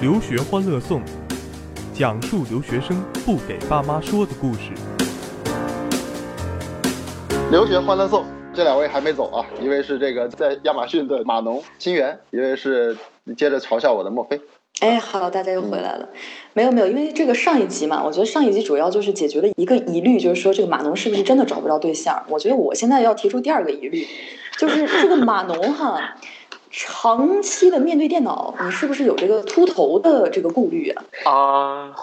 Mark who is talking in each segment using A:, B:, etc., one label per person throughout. A: 留学欢乐颂，讲述留学生不给爸妈说的故事。
B: 留学欢乐颂，这两位还没走啊，一位是这个在亚马逊的码农金源，一位是接着嘲笑我的墨菲。
C: 哎，好，大家又
D: 嗯
C: 回来了。没有没有，因为这个上一集嘛，我觉得上一集主要就是解决了一个疑虑，就是说这个码农是不是真的找不着对象？我觉得我现在要提出第二个疑虑，就是这个码农哈，长期的面对电脑，你是不是有这个秃头的这个顾虑啊？
D: 啊，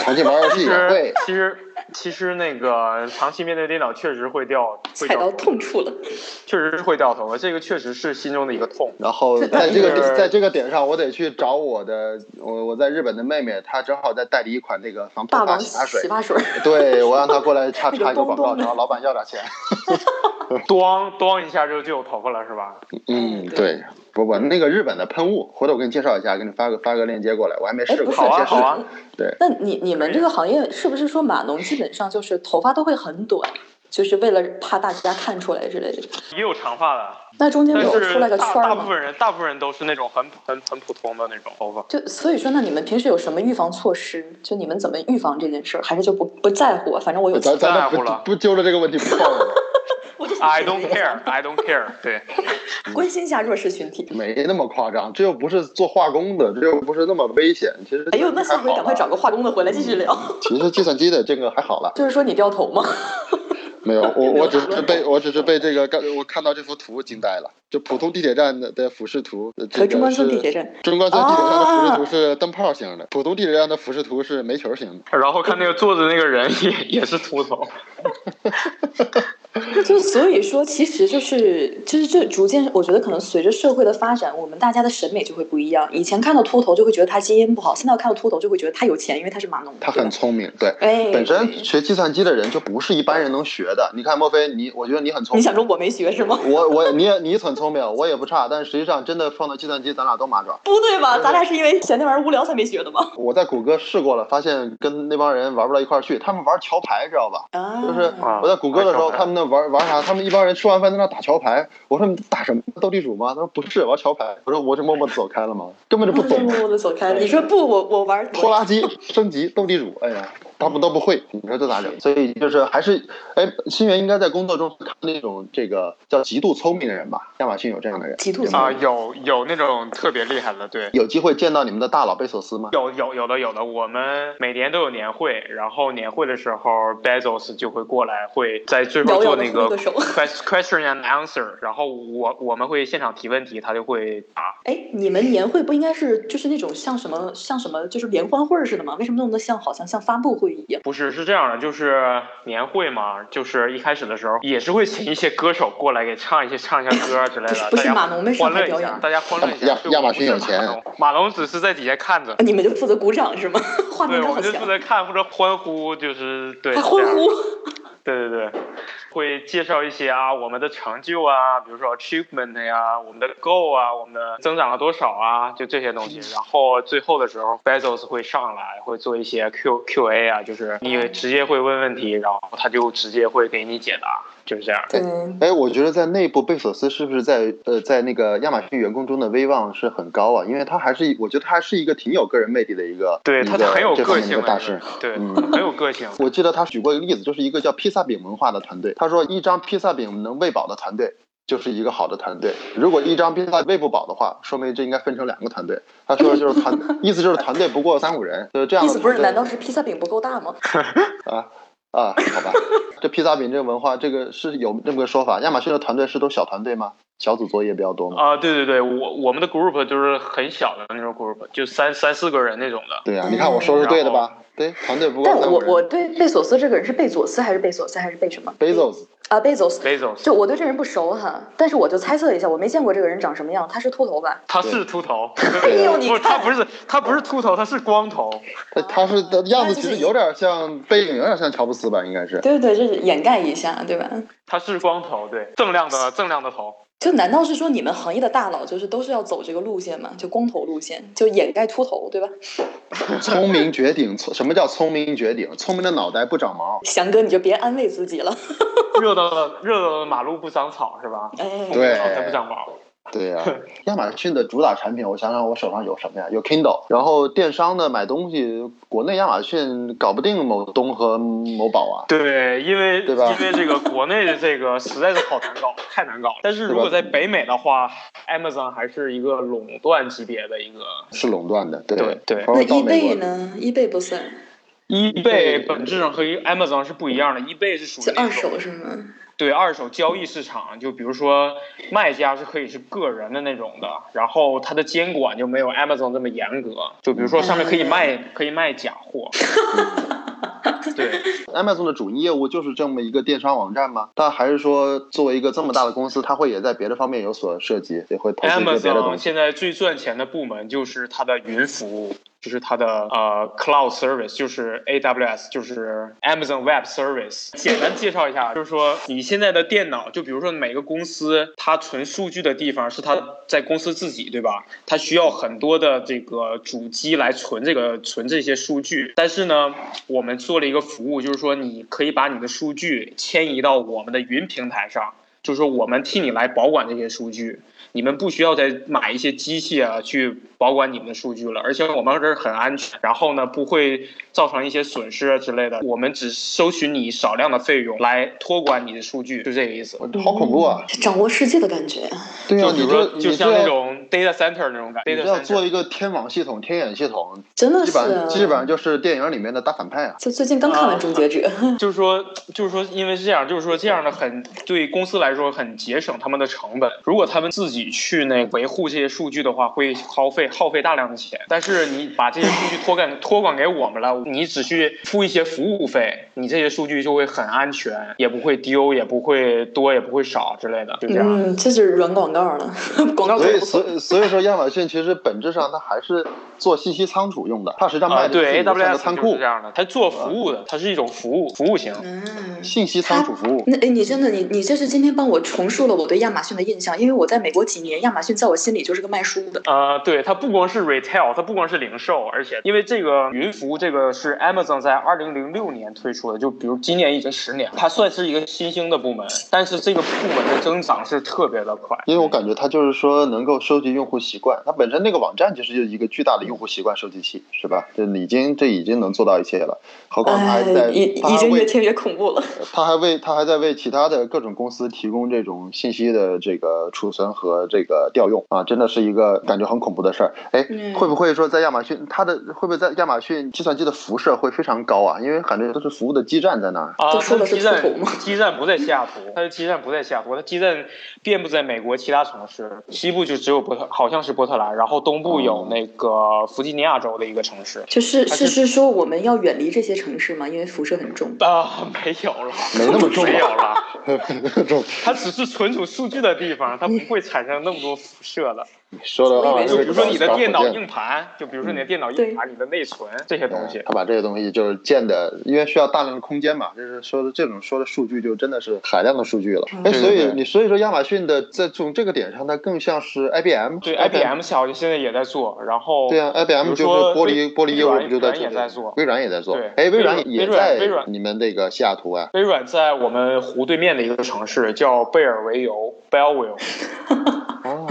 B: 长期玩游
D: 其
B: 戏也
D: 实
B: 会，
D: 其实其实那个长期面对电脑确实会掉，会
C: 踩到，
D: 掉
C: 痛处了。
D: 确实是会掉头发，这个确实是心中的一个痛。
B: 然后在这
D: 但
B: 个
D: 是
B: 在这个点上，我得去找我的我我在日本的妹妹，她正好在代理一款那个防
C: 霸
B: 脱发
C: 王
B: 洗发水
C: 洗，发水，
B: 对我让她过来插
C: 那个
B: 插一个广告，
C: 咚咚的
B: 然后老板要点钱。嗯
D: 咣咣一下就就有头发了是吧？
B: 嗯，
C: 对
B: 对，不不，那个日本的喷雾，回头我给你介绍一下，给你发个发个链接过来，我还没试
C: 哎不
B: 过。
C: 是
D: 好啊
B: 先试
D: 好啊，
B: 对，
C: 那你你们这个行业是不是说码农基本上就是头发都会很短，就是为了怕大家看出来之类的？
D: 也有长发的，
C: 那中间没
D: 但
C: 有
D: 是
C: 出来个圈
D: 大
C: 儿
D: 大
C: 吗
D: 部？分人大部分人都是那种很很很普通的那种头发。
C: 就所以说，那你们平时有什么预防措施？就你们怎么预防这件事儿？还是就不不在乎啊？反正我有
B: 呃咱
D: 不
B: 咱
D: 在乎
B: 们
D: 了
B: 不不揪着这个问题不放了。
C: 我就是
D: I don't care, I don't care。对，
C: 关心一下弱势群体。
B: 没那么夸张，这又不是做化工的，这又不是那么危险。其实
C: 哎呦，那下回赶快找
B: 个。
C: 个化工的回来继续聊。
B: 其实计算机的这个还好了，
C: 嗯就是说你掉头吗？
B: 没有，我
C: 没有
B: 我只是
C: 论
B: 被我只是被这个刚我看到这幅图惊呆了，就普通地铁站的的俯视图，呃这
C: 和
B: 个
C: 中关村地铁
B: 是。
C: 站，
B: 中关村地铁站的俯视
C: 啊
B: 图是灯泡型的，普通地铁站的俯视图是煤球型的。
D: 然后看那个坐着那个人也也是秃头，
C: 就所以说，其实就是就是这逐渐，我觉得可能随着社会的发展，我们大家的审美就会不一样。以前看到秃头就会觉得他基因不好，现在看到秃头就会觉得他有钱，因为他是码农。
B: 他
C: 对
B: 很
C: 吧
B: 聪明，对，
C: 哎，
B: 本身学计算机的人就不是一般人能学的。你看，莫非你，我觉得你很聪
C: 你
B: 明
C: 想，说我没学是吗？
B: 我我你也你很聪明，我也不差，但实际上真的放到计算机，咱俩都麻爪。
C: 不对吧？咱俩是因为嫌那玩意儿无聊才没学的吗？
B: 我在谷歌试过了，发现跟那帮人玩不到一块儿去，他们玩桥牌，知道吧？
C: 啊，
B: 就是
D: 啊
B: 我在谷歌的时候，
D: 玩桥牌
B: 他们那玩玩啥？他们一帮人吃完饭在那打桥牌。我说你打什么斗地主吗？他说不是，玩桥牌。我说我就默默的走开了嘛，根 本就不
C: 默
B: 懂。
C: 默的走开。你说不，我我玩
B: 拖拉机、升级、斗地主，哎呀，他们都不会，你说这咋整？所以就是还是，哎，新源应该在工作中看那种这个叫极度聪明的人吧？亚马逊有这样的人，
C: 极度聪
D: 啊，
C: 明
D: 有有那种特别厉害的，对。
B: 有机会见到你们的大佬贝索斯吗？
D: 有有有的有的，我们每年都有年会，然后年会的时候，Bezos 就会过来，会在最后
C: 遥遥
D: 做
C: 地
D: 那个
C: 挥个手
D: quest- question and answer，然后我我们会现场提问题，他就会答。
C: 哎，你们年会不应该是就是那种像什么像什么就是联欢会似的吗？为什么弄得像好像像发布会一样？
D: 不是是这样的，就是年会嘛，就是一开始的时候也是会请一些歌手过来给唱一些唱一下歌啊之类
C: 不是
D: 的，
C: 不是
D: 大家
C: 码农们上
D: 欢
C: 台
D: 乐
C: 表
D: 一下
C: 演，，
D: 大家欢乐一下。
B: 亚
D: 对
B: 亚马
D: 我们
B: 逊
D: 是
B: 有钱
D: 码农，马龙只是在底下看着
C: 你们就负责鼓掌是吗？ 画面
D: 对，
C: 感
D: 我
C: 好
D: 们就负
C: 强，
D: 责看或者欢呼，就是对
C: 还
D: 这
C: 欢
D: 样
C: 呼。
D: 对对对，会介绍一些啊我们的成就啊，比如说 achievement 呀、我们的 goal 啊，我们的增长了多少啊，就这些东西。然后最后的时候，Bezos 会上来，会做一些 Q Q A 啊，就是你直接会问问题，然后他就直接会给你解答，就是这样。
C: 对，
B: 哎，我觉得在内部，贝索斯是不是在呃，在那个亚马逊员工中的威望是很高啊？因为他还是，我觉得他还是一个挺有个人魅力的一个，
D: 对他
B: 一个
D: 很有
B: 嗯这方
D: 个
B: 面
D: 性
B: 的
D: 的
B: 大
D: 人
B: 师。，
D: 对，
B: 嗯
D: 很有个性。
B: 我记得他举过一个例子，就是一个叫披萨饼文化的团队。他说，一张披萨饼能喂饱的团队就是一个好的团队。如果一张披萨喂不饱的话，说明这应该分成两个团队。他说的就是团， 意思就是团队不过三五人，就是这样
C: 意
B: 的
C: 思
B: 团
C: 不
B: 队。
C: 是难道是披萨饼不够大吗？
B: 啊啊？好吧，这披萨饼这个文化，这个是有这么个说法。亚马逊的团队是都小团队吗？小组作业比较多吗？
D: 啊、对对对，我我们的 group 就是很小的那种 group，就三三四个人那种的。
B: 对呀、啊你看我说的是对的吧？对，团队不过
C: 嗯但
B: 三
C: 我
B: 五人。
C: 我对贝索斯这个人是贝佐斯还是贝索斯还是贝什么
B: Bezos
C: 啊？贝佐斯。
D: Bezos
C: 就我对这人不熟哈，但是我就猜测一下，我没见过这个人长什么样，他是秃头吧？
D: 他是 秃头，
C: 哎呦
D: 不
C: 你
D: 是他
C: 看
D: 不是他不是秃头，他是光头。
B: 他他是的样子
C: 那
B: 其
C: 就是
B: 实有点像背影，有点像乔布斯吧，应该是。
C: 对对对，就是掩盖一下，对吧？
D: 他是光头，对，锃亮的锃亮的头。
C: 就难道是说你们行业的大佬就是都是要走这个路线吗？就光头路线，就掩盖秃头，对吧？
B: 聪明绝顶， 聪什么叫聪明绝顶？聪明的脑袋不长毛。
C: 翔哥，你就别安 慰自己了。
D: 热到了热到了马路不长草是吧？啊
C: 哎，
B: 对
D: 草才不长毛。
B: 对 呀、亚马逊的主打产品，我想想我手上有什么呀？有 Kindle，然后电商的买东西，国内亚马逊搞不定某东和某宝啊。
D: 对，因为
B: 对吧
D: 因为这个国内的这个实在是好难搞，太难搞了。但是如果
B: 对
D: 在北美的话，Amazon 还是一个垄断级别的一个。
B: 是垄断的，对
D: 对对
B: 然后
C: 那
B: 到美国
C: eBay 呢？eBay 不算，
D: eBay
B: eBay
D: 本质上和 Amazon 是不一样的，eBay 是属
C: 就
D: 于
C: 二
D: 那种
C: 手是吗？
D: 对二手交易市场，就比如说卖家是可以是个人的那种的，然后它的监管就没有 Amazon 这么严格，就比如说上面可以卖可以卖假货，对
B: Amazon 的主营业务就是这么一个电商网站吗？但还是说，作为一个这么大的公司，它会也在别的方面有所涉及，也会投资一些别的东
D: ，Amazon
B: 西。
D: 现在最赚钱的部门就是它的云服务。就是它的呃 cloud service，就是 AWS，就是 Amazon Web Service。简单介绍一下，就是说你现在的电脑，就比如说每个公司它存数据的地方是它在公司自己，对吧？它需要很多的这个主机来存这个存这些数据。但是呢，我们做了一个服务，就是说你可以把你的数据迁移到我们的云平台上，就是说我们替你来保管这些数据。你们不需要再买一些机器啊去保管你们的数据了，而且我们这儿很安全，然后呢不会造成一些损失啊之类的，我们只收取你少量的费用来托管你的数据，就这个意思。
B: 好恐怖啊！
C: 掌握世界的感觉，
B: 对啊，
D: 嗯就比
B: 你
D: 如说
B: 这，
D: 就
B: 你
D: 像
B: 这
D: 那
B: 要
D: 种 data center 那种感觉
B: 你这
D: ，data
B: 要
D: center
B: 做一个天网系统、天眼系统，
C: 真的
B: 基
C: 是
B: 本基本上就是电影里面的大反派啊。
C: 就最近刚看完《终结者》
B: 啊
D: 就是说，就是说，因为是这样，就是说这样的很对公司来说很节省他们的成本。如果他们自己去那维护这些数据的话，会耗费耗费大量的钱。但是你把这些数据托管托管给我们了，你只需付一些服务费，你这些数据就会很安全，也不会丢，也不会多，也不会少之类的，就这样。
C: 嗯，这就是软广告了，广告做
B: 所以，
C: 得不错
B: 所以所以说，亚马逊其实本质上它还是做信息仓储用的，它实际上卖
D: 啊，
B: 的是
D: 对
B: 自己的
D: ，AWS
B: 仓
D: 就是
B: 库
D: 这，样的，它做服务的，它是一种服务服务型。
C: 嗯。
B: 信息仓储服务。
C: 那哎，你真的你你这是今天帮我重塑了我对亚马逊的印象，因为我在美国几年，亚马逊在我心里就是个卖书的。
D: 呃，对，它不光是 retail，它不光是零售，而且因为这个云服务，这个是 Amazon 在二零零六年推出的，就比如今年已经十年，它算是一个新兴的部门，但是这个部门的增长是特别的快。
B: 因为我感觉它就是说能够收集用户习惯，它本身那个网站就是一个巨大的用户习惯收集器，是吧？这已经这已经能做到一些了，何况它还在
C: 哎，已
B: 它
C: 已
B: 还
C: 经越
B: 为
C: 听越恐怖了。
B: 它还为它还在为其他的各种公司提供这种信息的这个储存和这个调用啊，真的是一个感觉很恐怖的事儿。哎
C: 嗯，
B: 会不会说在亚马逊它的会不会在亚马逊计算机的辐射会非常高啊？因为感觉都是服务的基站在那儿。
D: 啊，
C: 都说的
D: 它的
C: 是
D: 基
C: 出口
D: 站
C: 吗
D: 基站不在西雅图，它的基站不在西雅图，它基站遍布在美国其他城市，西部就只有波特，好像是波特兰，然后东部
C: 哦
D: 有那个弗吉尼亚州的一个城市。
C: 就是
D: 它
C: 是
D: 是
C: 是说我们要远离这些城市吗？因为辐射很
B: 嗯
C: 重。
D: 啊，没有了，
B: 没那么重吧
D: 没有了。
B: 这种
D: 它只是存储数据的地方，它不会产生那么多辐射的。
B: 说的
C: 我以
B: 啊，
C: 为
D: 就比如说嗯你的电脑
B: 搞火箭
D: 硬盘，就比如说你的电脑硬盘、你的内存这些东西
B: 嗯，他把这个东西就是建的，因为需要大量的空间嘛，就是说的这种说的数据就真的是海量的数据
C: 嗯
B: 了。哎，
D: 对
B: 所
D: 对
B: 以
D: 对
B: 你所以说亚马逊的在从这个点上，它更像是 IBM。
D: 对 IBM 好像现在也在做，然后
B: 对啊
D: 比
B: ，IBM
D: 如
B: 就是
D: 说
B: 玻璃
D: 微
B: 玻璃业务
D: 微
B: 不
D: 软
B: 就在做
D: 微软也在做
B: 微软也在做哎，微
D: 对。微
B: 软
D: 软
B: 也
D: 微软
B: 在
D: 微软
B: 你们那个西雅图啊。
D: 微软在我们湖对面的一个城市叫贝尔维尤 （Belleville）。
B: 哦，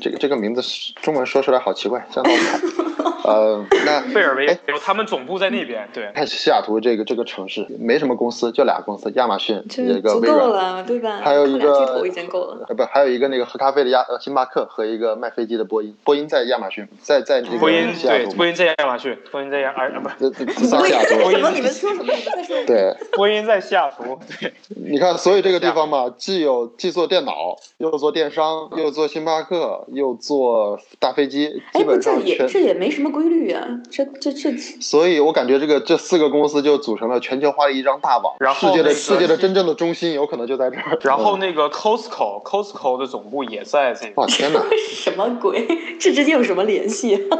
B: 这个这个名字是中文说出来好奇怪，像老 跑。呃，那
D: 贝尔维
B: 哎
D: 尤，他们总部在那边。对，
B: 看西雅图这个这个城市没什么公司，就俩公司，亚马逊
C: 就
B: 一个
C: 足
B: 微
C: 够
B: 软。
C: 了，对吧？
B: 还有一
C: 靠俩
B: 个
C: 巨头已经够了。
B: 呃，不，还有一个那个喝咖啡的亚呃星巴克和一个卖飞机的波音，波音在亚马逊，在在这个
D: 波音
B: 西雅
D: 对
B: 图
D: 波音在亚马逊，波音在亚啊不，
B: 呃在在西 雅
D: 波
B: 图。
D: 音
C: 怎么你们说什么？你们在说什么？
B: 对，
D: 波音在西雅图。对，
B: 你看，所以这个地方嘛，既有既做电脑，又做电商，又做星巴克，又做大飞机，
C: 哎，
B: 基
C: 不，
B: 本
C: 这
B: 上
C: 也
B: 全。
C: 这也没什么规律啊，这这这
B: 所以我感觉这个这四个公司就组成了全球化的一张大网，
D: 然后
B: 世界
D: 那
B: 的
D: 个
B: 世界的真正的中心有可能就在这儿。
D: 然后
B: 嗯
D: 那个
C: 哦
D: Costco，Costco 的总部也在这个。
B: 哇天哪！
C: 什么鬼？这之间有什么联系？啊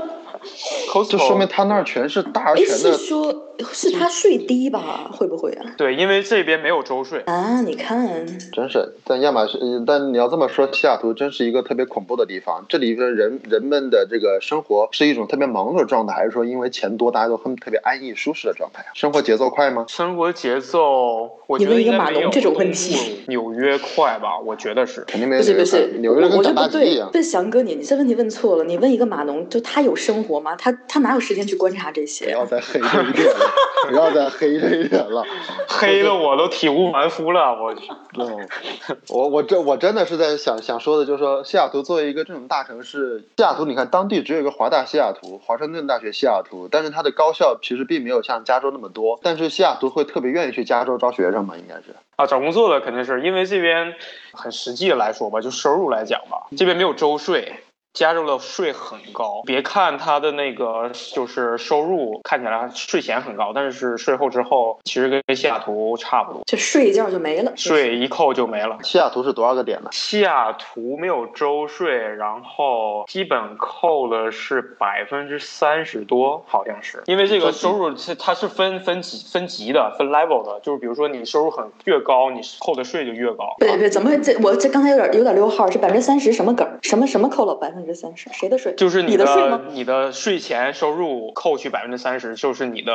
B: 就说
D: 哦
B: 明他那儿全是大而
C: 哎，
B: 全
C: 是
B: 的，
C: 说是他税低吧？会不会啊？
D: 对，因为这边没有州税。
C: 啊，你看，
B: 真是。但亚马逊，但你要这么说，西雅图真是一个特别恐怖的地方。这里的人人们的这个生活是一种特别忙碌的状态，还是说因为钱多，大家都很特别安逸舒适的状态啊？生活节奏快吗？
D: 生活节奏，我
C: 你
D: 觉得
C: 问一个
D: 应该
C: 码
D: 没有
C: 农这种问题
D: 纽约快吧？我觉得是。
B: 肯定没
C: 不
B: 有
C: 是
B: 纽约快纽
C: 不是，，
B: 约
C: 我
B: 跟
C: 我
B: 假
C: 这
B: 大
C: 不
B: 集
C: 对
B: 一，样
C: 不。是翔哥你，你这问题问错了。你问一个码农，就他有生活吗？他他哪有时间去观察这
B: 不
C: 些？啊
B: 要再黑这一点了，不要再黑这一点了。
D: 黑的我都体无完肤了，我去。
B: 嗯， 我我真我真的是在想想说的，就是说西雅图作为一个这种大城市，西雅图你看当地只有一个华大西雅图，华盛顿大学西雅图，但是它的高校其实并没有像加州那么多，但是西雅图会特别愿意去加州招学生嘛，应该是。
D: 啊，找工作的肯定是因为这边很实际的来说吧，就收入来讲吧，
C: 嗯
D: 这边没有州税，加州的税很高。别看他的那个就是收入看起来税前很高，但是税后之后其实跟西雅图差不多，
C: 这睡一觉就没了。
D: 税一扣就没了。
B: 西雅图是多少个点呢？
D: 西雅图没有州税，然后基本扣的是百分之三十多，好像是。因为这个收入是它是分分级分级的，分 level 的，就是比如说你收入很越高，你扣的税就越高。
C: 不对不对，怎么会这我这刚才有点有点溜号？这百分之三十什么梗儿？什么什么扣了百分之三十？谁的税？
D: 就是
C: 你
D: 的
C: 税吗？
D: 你的税前收入扣去百分之三十，就是你的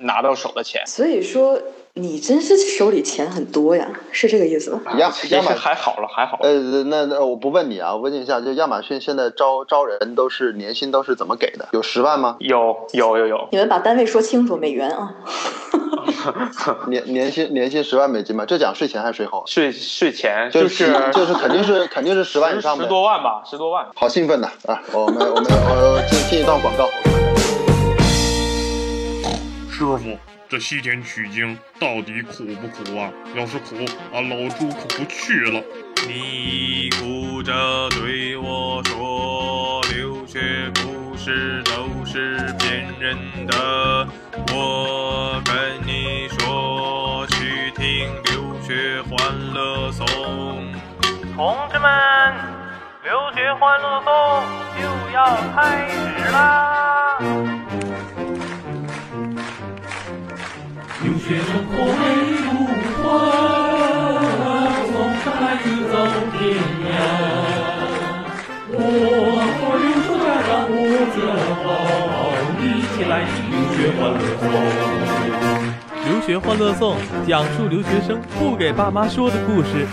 D: 拿到手的钱。
C: 所以说你真是手里钱很多呀，是这个意思吗？
B: 亚
D: 其实
B: 亚马
D: 还好了，还好了。
B: 呃，那那我不问你啊，我问你一下，就亚马逊现在招招人都是年薪都是怎么给的？有十万吗？
D: 有有有有，
C: 你们把单位说清楚，美元啊。
B: 年年薪年薪十万美金吗？这讲税前还是税后？
D: 税税前
B: 就是就是肯定是肯定是十万以上
D: 十
B: 呗。
D: 多万吧，十多万。
B: 好兴奋呐！啊，我们我们我进进一段广告。
E: 师傅，这西天取经到底苦不苦啊？要是苦，俺老猪可不去了。
F: 你哭着对我说：“留学不是都是骗人的。”我跟你说，去听留学欢乐颂。
G: 同志们，留学欢乐颂就要开始啦！留学生活美如画，从大雨到天涯。我和留学家长不自豪，一起来听留学欢乐颂。
A: 留学欢乐颂讲述留学生不给爸妈说的故事。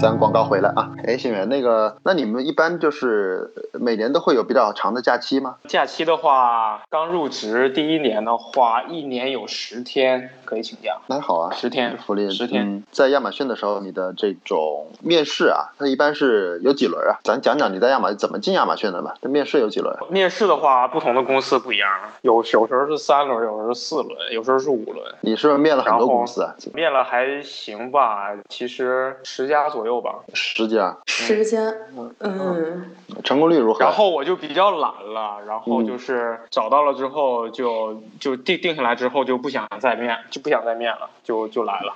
B: 咱广告回来啊！哎，新源，那个，那你们一般就是每年都会有比较长的假期吗？
D: 假期的话，刚入职第一年的话，一年有十天可以请假。
B: 那还好啊，
D: 十天
B: 福利
D: 十天
B: 嗯在亚马逊的时候，你的这种面试啊，它一般是有几轮啊？咱讲讲你在亚马怎么进亚马逊的吧。这面试有几轮？啊
D: 面试的话，不同的公司不一样，有有时候是三轮，有时候是四轮，有时候是五轮。
B: 你是不是面了很多
D: 然后
B: 公司啊？
D: 面了还行吧，其实十家左右吧。
B: 十家，
C: 时间，嗯，
B: 成功率如何？啊
D: 然后我就比较懒了，然后就是找到了之后就就定定下来之后就不想再面，就不想再面了，就就来了。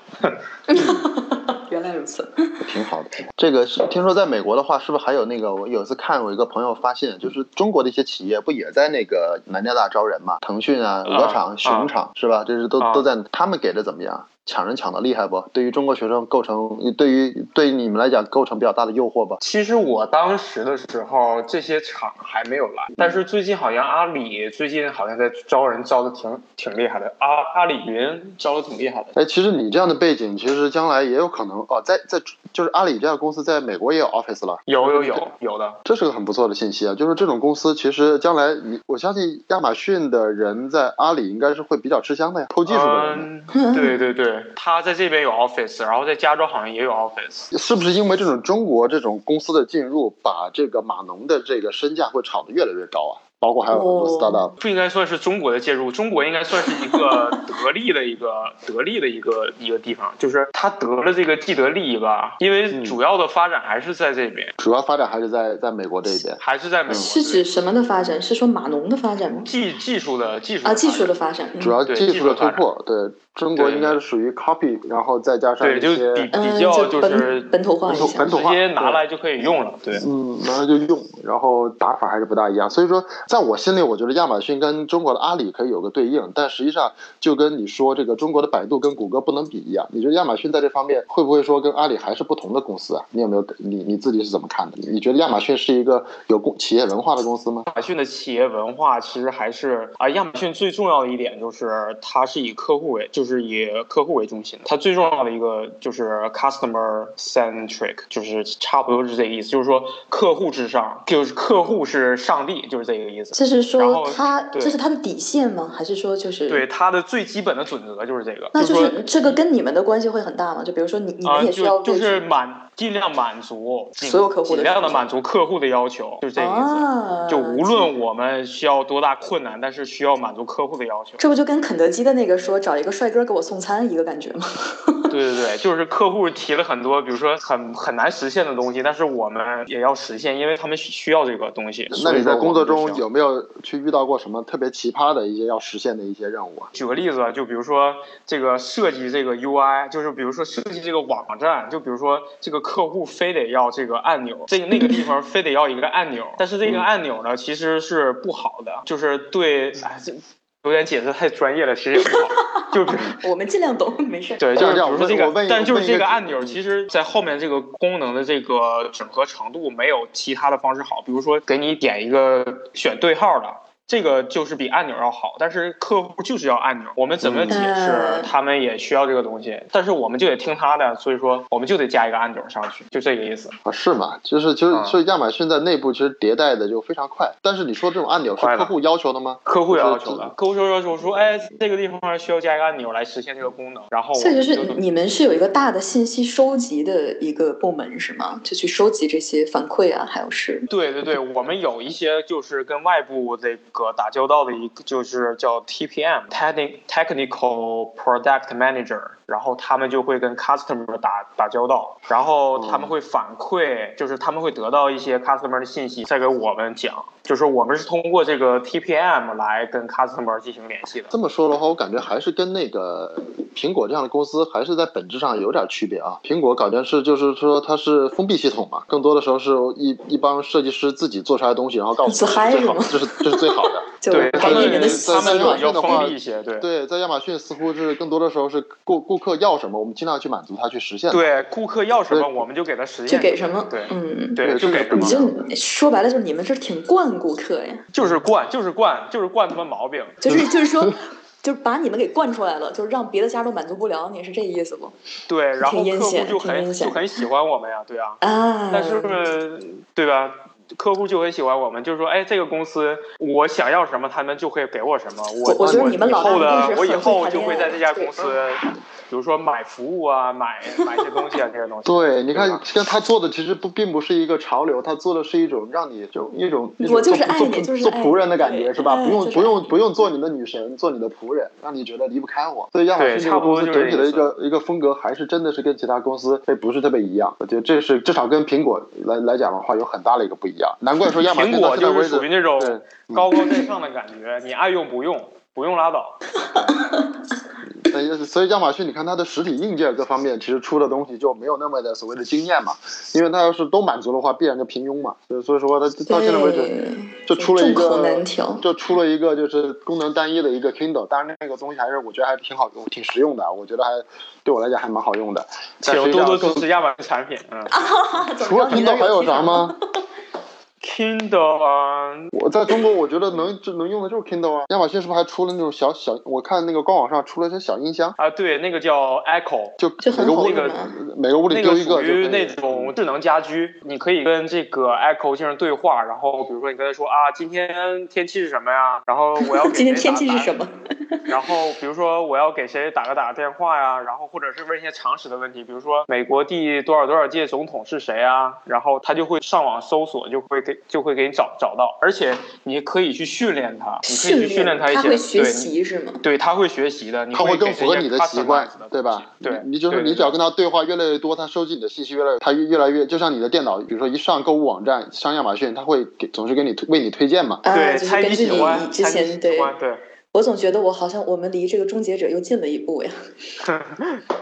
C: 原来如此。
D: 嗯
B: 挺好的。这个是听说在美国的话，是不是还有那个？我有一次看我一个朋友发现，就是中国的一些企业不也在那个南加大招人嘛？腾讯啊，鹅厂、熊厂、是吧？这是都、
D: 啊
B: 都在，他们给的怎么样？抢人抢的厉害不？对于中国学生构成，对于对于你们来讲构成比较大的诱惑吧？
D: 其实我当时的时候，这些厂还没有来，但是最近好像阿里最近好像在招人，招的挺挺厉害的。阿阿里云招的挺厉害的。
B: 哎，其实你这样的背景，其实将来也有可能哦，在在就是阿里这样的公司在美国也有 office 了。
D: 有有有有的，
B: 这是个很不错的信息啊！就是这种公司，其实将来你，我相信亚马逊的人在阿里应该是会比较吃香的呀，偷技术的人。
D: 嗯，对对对，他在这边有 office，然后在加州好像也有 office。
B: 是不是因为这种中国这种公司的进入，把这个码农的这个身价会炒得越来越高啊？包括还有很多
C: 哦
B: startup，、
D: 不应该算是中国的介入，中国应该算是一 个得利的一个得利的一个一个地方，就是他得了这个既得利益吧，因为主要的发展还是在这边，
B: 主要发展还是在在美国这边。
D: 还是在美国。
C: 是指什么的发展？是说码农的发展吗？
D: 技技术的技术的
C: 啊，技术
D: 发
C: 的发展，嗯
B: 主要
D: 对
B: 技
D: 技
B: 术的
D: 术
B: 突
D: 发
B: 破，对中国
D: 对
B: 应该是属于 copy，然后再加上
D: 展对，
B: 一
D: 就
B: 些
D: 比
C: 嗯
D: 比较
C: 就
D: 就是
C: 本本土化一下
B: 本土
D: 直
B: 化
D: 接拿来就可以用了，对。
B: 嗯，然后就用，然后打法还是不大一样。所以说，在我心里，我觉得亚马逊跟中国的阿里可以有个对应，但实际上就跟你说这个中国的百度跟谷歌不能比一样。你觉得亚马逊在这方面会不会说跟阿里还是不同的公司啊？你有没有你你自己是怎么看的？你觉得亚马逊是一个有公企业文化的公司吗？
D: 亚马逊的企业文化其实还是啊，亚马逊最重要的一点就是它是以客户为，就是以客户为中心的。它最重要的一个就是 customer centric，就是差不多是这个意思，就是说客户至上，就是客户是上帝，就是这个意思。
C: 这是
D: 然
C: 说
D: 后
C: 他
D: 对
C: 这是他的底线吗？还是说就是
D: 对，它的最基本的准则就是这个，
C: 那就
D: 就
C: 是
D: 说
C: 是这个跟你们的关系会很大吗？就比如说你你
D: 啊、
C: 们也需要
D: 就
C: 为
D: 就是满尽量满足尽
C: 所有客户的
D: 尽量的
C: 需求
D: 满足客户的要求，就是这个意思。
C: 啊，
D: 就无论我们需要多大困难，但是需要满足客户的要求。
C: 这不就跟肯德基的那个说找一个帅哥给我送餐一个感觉吗？
D: 对对对，就是客户提了很多，比如说很很难实现的东西，但是我们也要实现，因为他们需需要这个东西。
B: 那
D: 所以
B: 你
D: 说
B: 在工作
D: 我
B: 中
D: 们就需要？
B: 有没有去遇到过什么特别奇葩的一些要实现的一些任务啊？
D: 举个例子啊，就比如说这个设计这个 UI，就是比如说设计这个网站，就比如说这个客户非得要这个按钮，这个那个地方非得要一个按钮，但是这
B: 嗯
D: 个按钮呢其实是不好的，就是对，哎，这有点解释太专业了，其实也不好，就比如
C: 我们尽量懂，没事。
D: 对，就是
B: 这
D: 比
B: 样
D: 如说
B: 我问
D: 这
B: 我问
D: 个
B: 一，
D: 但就
B: 问
D: 是
B: 一
D: 这
B: 个
D: 个按钮，
B: 嗯
D: 其实在后面这个功能的这个整合程度没有其他的方式好。比如说给你点一个选对号的，这个就是比按钮要好，但是客户就是要按钮，我们怎么解释
C: 嗯
D: 他们也需要这个东西，但是我们就得听他的，所以说我们就得加一个按钮上去，就这个意思。
B: 啊，是吗？就是就是
D: 啊
B: 就是亚马逊在内部其实迭代的就非常快，但是你说这种按钮是
D: 快了
B: 客户要求的吗？
D: 客户也
B: 就是
D: 要求的，客户就要求说，哎，这个地方需要加一个按钮来实现这个功能，然后我
C: 所以
D: 们
C: 就是
D: 就
C: 你们是有一个大的信息收集的一个部门是吗？就去收集这些反馈啊，还有是
D: 对对对，我们有一些就是跟外部这个打交道的一个，就是叫 TPM（Technic Technical Product Manager），然后他们就会跟 customer 打打交道，然后他们会反馈，就是他们会得到一些 customer 的信息，再给我们讲，就是我们是通过这个 TPM 来跟 customer 进行联系的。
B: 这么说的话，我感觉还是跟那个苹果这样的公司还是在本质上有点区别啊。苹果搞电视就是说它是封闭系统嘛，更多的时候是一一帮设计师自己做出来的东西，然后告诉
C: 自
B: 你
C: 嗨
B: 这是最好的，这
C: 是吗
B: 是这是最好的。
C: 就
D: 对
C: 改
D: 他
C: 变
D: 们
C: 你们的习
D: 他们
C: 惯
B: 在
D: 比较
B: 在
D: 封闭一些，对。
B: 对，在亚马逊似乎是更多的时候是顾顾客要什么，我们尽量去满足他去实现。，
D: 对，顾客要什么，
B: 对
D: 我们就给他实
C: 就
D: 现。
C: 给什么？
D: 对
C: 嗯，
D: 对，就给什
B: 对
D: 么
C: 你。就说白了就是你们这挺惯顾客呀。
D: 就是惯，就是惯，就是惯他们毛病。
C: 就是就是说，就是把你们给惯出来了，就是让别的家都满足不了你，是这意思不？
D: 对，然后
C: 挺阴
D: 客户
C: 险
D: 就
C: 挺
D: 很
C: 阴
D: 就
C: 险嗯
D: 很喜欢我们呀，对啊，
C: 啊，
D: 但是对吧？客户就很喜欢我们，就是说，哎，这个公司我想要什么，他们就会给我什么。我
C: 我我觉得
D: 我
C: 你们
D: 以
C: 老大
D: 后的
C: 一定是
D: 我以
C: 很会
D: 后
C: 谈
D: 就
C: 恋
D: 会
C: 爱
D: 在
C: 的
D: 这家
C: 对
D: 公司，比如说买服务啊，买买一些东西啊，这些东西。
B: 对，你
D: 对
B: 看
D: 吧，
B: 像他做的其实不并不是一个潮流，他做的是一种让你就一种一种
C: 我就
B: 做
C: 是爱
B: 做
C: 你就是
B: 做
C: 爱
B: 仆
C: 你
B: 人的感觉
C: 对
B: 是吧？
C: 哎
B: 不用
C: 就
B: 不
C: 是
B: 用
C: 爱你
B: 不用做你的女神，做你的仆人，让你觉得离不开我。所以亚马
D: 对
B: 逊这
D: 差
B: 个
D: 不
B: 公
D: 多
B: 司
D: 就
B: 整
D: 这
B: 体的
D: 意
B: 一
D: 思
B: 个一个风格还是真的是跟其他公司还不是特别一样。我觉得这是至少跟苹果来来讲的话有很大的一个不一样。难怪说亚马逊
D: 苹
B: 到
D: 果
B: 现在
D: 就
B: 为
D: 是
B: 止
D: 属于那种
B: 对
D: 高高在上的感觉，你爱用不用，不用拉倒。
B: 呃，所以亚马逊，你看它的实体硬件各方面，其实出的东西就没有那么的所谓的惊艳嘛，因为它要是都满足的话，必然就平庸嘛。所以所以说，它到现在为止就出了一
C: 众口
B: 个
C: 难调，
B: 就出了一个就是功能单一的一个 Kindle，当然那个东西还是我觉得还挺好用，挺实用的，我觉得还对我来讲还蛮好用的。但
D: 请
B: 实际
D: 多
B: 上
D: 多
B: 更
D: 支持亚马逊产品。嗯
C: 啊
B: 除了 Kindle 还有啥吗？
D: ，Kindle 啊，
B: 我在中国，我觉得能能用的就是 Kindle 啊。亚马逊是不是还出了那种小小？我看那个官网上出了一些小音箱，
D: 啊，对，那个叫 Echo，
B: 就
C: 就很
B: 每个
C: 好
B: 屋
C: 用
D: 那个
C: 啊。
B: 每个屋里
D: 那
B: 丢
D: 个
B: 一
D: 属
B: 个就可以
D: 于那种智能家居，你可以跟这个 Echo 进行对话，然后比如说你跟他说啊，今天天气是什么呀？然后我要给
C: 今天
D: 谁
C: 天
D: 打
C: 气是
D: 打
C: 什么？
D: 然后比如说我要给谁打个打个电话呀，然后或者是问一些常识的问题，比如说美国第多少多少届总统是谁啊，然后他就会上网搜索，就会给就会给你找找到，而且你可以去训练他，你可以去训
C: 练
D: 练他一些，
C: 会学
D: 对
C: 习是吗？
D: 对，他会学习的，你
B: 它会更符合你
D: 的
B: 的习惯，对吧？
D: 对，
B: 你就是
D: 对
B: 你只要
D: 对
B: 跟他对话越来越多，他收集你的信息越来越，他越越来越，就像你的电脑，比如说一上购物网站，上亚马逊，他会给总是给你推为你推荐嘛。
C: 啊，
D: 对，
C: 就是
D: 猜
C: 根
D: 你
C: 据
D: 喜欢，
C: 你之
D: 猜你
C: 前对
D: 喜，欢，对，
C: 我总觉得我好像我们离这个终结者又近了一步呀。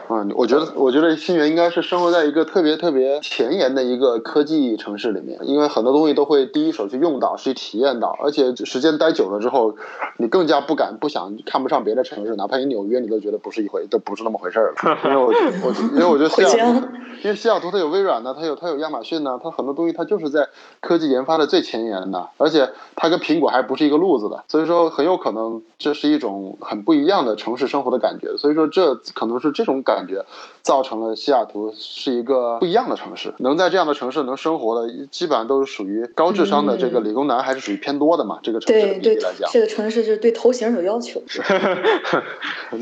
B: 嗯，我觉得，我觉得新源应该是生活在一个特别特别前沿的一个科技城市里面，因为很多东西都会第一手去用到，去体验到，而且时间待久了之后，你更加不敢、不想看不上别的城市，哪怕你纽约，你都觉得不是一回，都不是那么回事儿了。因为我，我，因为我觉得西
C: 回
B: 雅
C: 家
B: 图，因为西雅图它有微软呢，它有它有亚马逊呢，它很多东西它就是在科技研发的最前沿的，而且它跟苹果还不是一个路子的，所以说很有可能这是一种很不一样的城市生活的感觉，所以说这可能是这种感觉造成了西雅图是一个不一样的城市，能在这样的城市能生活的，基本上都是属于高智商的这个理工男还是属于偏多的嘛，这个城市的比
C: 嗯对对
B: 例来，讲，
C: 这个城市就是对头型有要求，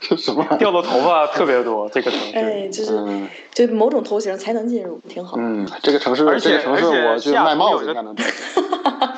B: 这什么玩意儿？
D: 掉的头发特别多，这个城市。
C: 哎，就是
B: 嗯
C: 就某种头型才能进入，挺好。
B: 嗯，这个城市，
D: 而且
B: 这个城市，
D: 而且
B: 我去
D: 西雅图
B: 卖帽子应
D: 有一个
B: 该 能找到。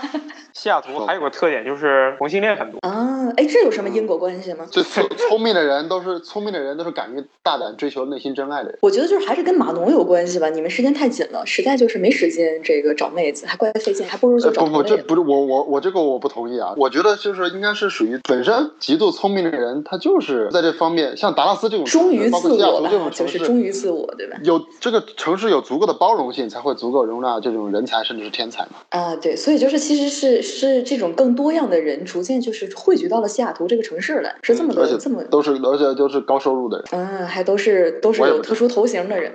D: 西雅图还有个特点就是同性恋很多，
C: 啊，哎，这有什么因果关系吗？
B: 嗯就聪聪明的人都是聪明的人都是敢于大胆追求内心真爱的人。
C: 我觉得就是还是跟码农有关系吧。你们时间太紧了，实在就是没时间这个找妹子，还怪费劲，还不如就
B: 呃
C: 找
B: 不
C: 国
B: 不，
C: 内
B: 这
C: 的。
B: 不是我我我这个我不同意啊！我觉得就是应该是属于本身极度聪明的人，他就是在这方面，像达拉斯这种城市
C: 忠于
B: 包
C: 自
B: 括西雅
C: 我
B: 图这种
C: 吧，就
B: 城
C: 是
B: 市，
C: 忠于自我，对吧？
B: 有这个城市有足够的包容性，才会足够容纳这种人才甚至是天才嘛。
C: 啊，对，所以就是其实是是这种更多样的人逐渐就是汇聚到了西雅图这个城市来，是这么
B: 嗯而
C: 个、
B: 且
C: 这么。
B: 都是而且都是高收入的人。
C: 嗯，还都是都是
B: 我也
C: 有
B: 不
C: 特殊头型 的人，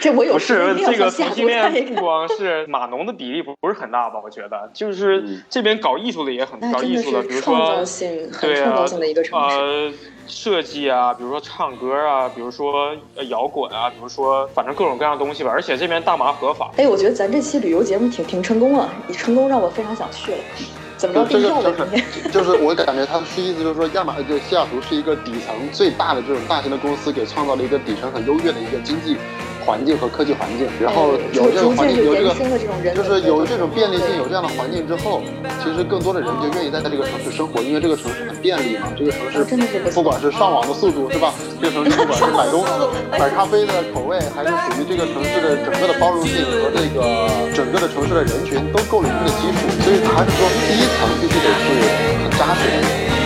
C: 这我有
D: 不
C: 时间
D: 是
C: 一定要
D: 这个
C: 上西
D: 同
C: 雅图看
D: 性
C: 一
D: 恋不
C: 看。
D: 光是码农的比例不不是很大吧？我觉得就是
B: 嗯
D: 这边搞艺术的也很
C: 那
D: 搞
C: 哎真
D: 艺
C: 的
D: 术的，比
C: 是
D: 如
C: 创造
D: 说
C: 性很
D: 对
C: 创
D: 啊
C: 造性的一个城市。
D: 呃设计啊，比如说唱歌啊，比如说呃摇滚啊，比如说反正各种各样的东西吧。而且这边大麻合法，
C: 哎，我觉得咱这期旅游节目挺挺成功啊，你成功让我非常想去了。怎么着
B: 就
C: 订
B: 这
C: 票
B: 个
C: 了？
B: 就
C: 你
B: 是就是我感觉他是意思就是说，亚马就西雅图是一个底层最大的这种大型的公司给创造了一个底层很优越的一个经济环境和科技环境，然后
C: 哎
B: 有这
C: 逐
B: 个环
C: 渐
B: 境
C: 就
B: 有这
C: 延
B: 个
C: 伸了这种人
B: 就
C: 文的
B: 是有这种便利性，
C: 对
B: 有这样的环境之后，其实更多的人就愿意在这个城市生活，因为这个城市很便利嘛。这个城市
C: 哦真的是不错
B: 不管是上网的速度是吧？这个城市不管是买东买咖啡的口味，还是属于这个城市的整个的包容性和这个整个的城市的人群都构了一定的基础，所以还是说第一层必须得是很扎实的。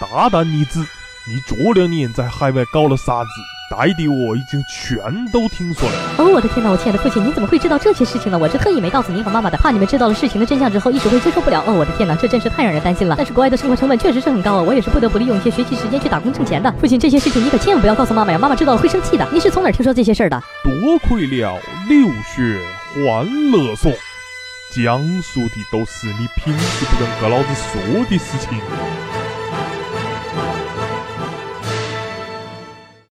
A: 大胆你子，你这两年在海外搞了啥子？逮的我已经全都听说了。
H: 哦，我的天哪！我亲爱的父亲，你怎么会知道这些事情呢？我是特意没告诉您和妈妈的，怕你们知道了事情的真相之后一时会接受不了。哦，我的天哪，这真是太让人担心了。但是国外的生活成本确实是很高啊，我也是不得不利用一些学习时间去打工挣钱的。父亲，这些事情你可千万不要告诉妈妈呀，妈妈知道了会生气的。你是从哪儿听说这些事儿的？
A: 多亏了六学欢乐颂，讲述的都是你平时不敢跟老子说的事情。